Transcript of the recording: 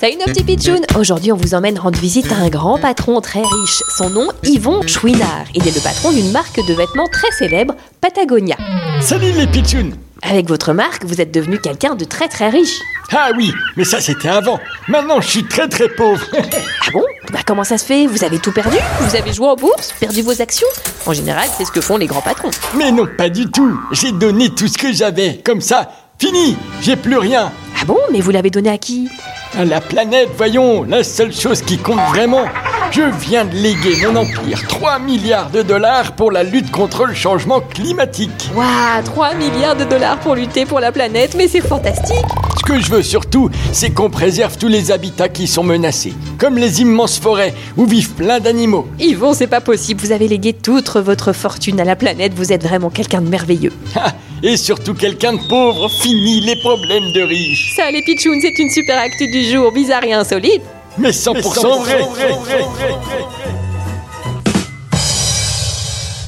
Salut nos petits pitchouns Aujourd'hui, on vous emmène rendre visite à un grand patron très riche. Son nom, Yvon Chouinard. Il est le patron d'une marque de vêtements très célèbre, Patagonia. Salut les pitchouns Avec votre marque, vous êtes devenu quelqu'un de très très riche. Ah oui, mais ça c'était avant. Maintenant je suis très très pauvre. Ah bon Bah comment ça se fait Vous avez tout perdu Vous avez joué en bourse Perdu vos actions En général, c'est ce que font les grands patrons. mais non, pas du tout. J'ai donné tout ce que j'avais. Comme ça, fini. J'ai plus rien. Ah bon Mais vous l'avez donné à qui À la planète, voyons, la seule chose qui compte vraiment. Je viens de léguer mon empire 3 milliards de dollars pour la lutte contre le changement climatique. Waouh 3 milliards de dollars pour lutter pour la planète, mais c'est fantastique Ce que je veux surtout, c'est qu'on préserve tous les habitats qui sont menacés, comme les immenses forêts où vivent plein d'animaux. Yvon, c'est pas possible, vous avez légué toute votre fortune à la planète, vous êtes vraiment quelqu'un de merveilleux. Ah, et surtout quelqu'un de pauvre, fini les problèmes de riches. Ça, les pitchouns, c'est une super actu du jour, bizarre et insolite. Mais 100%, Mais 100% vrai. vrai.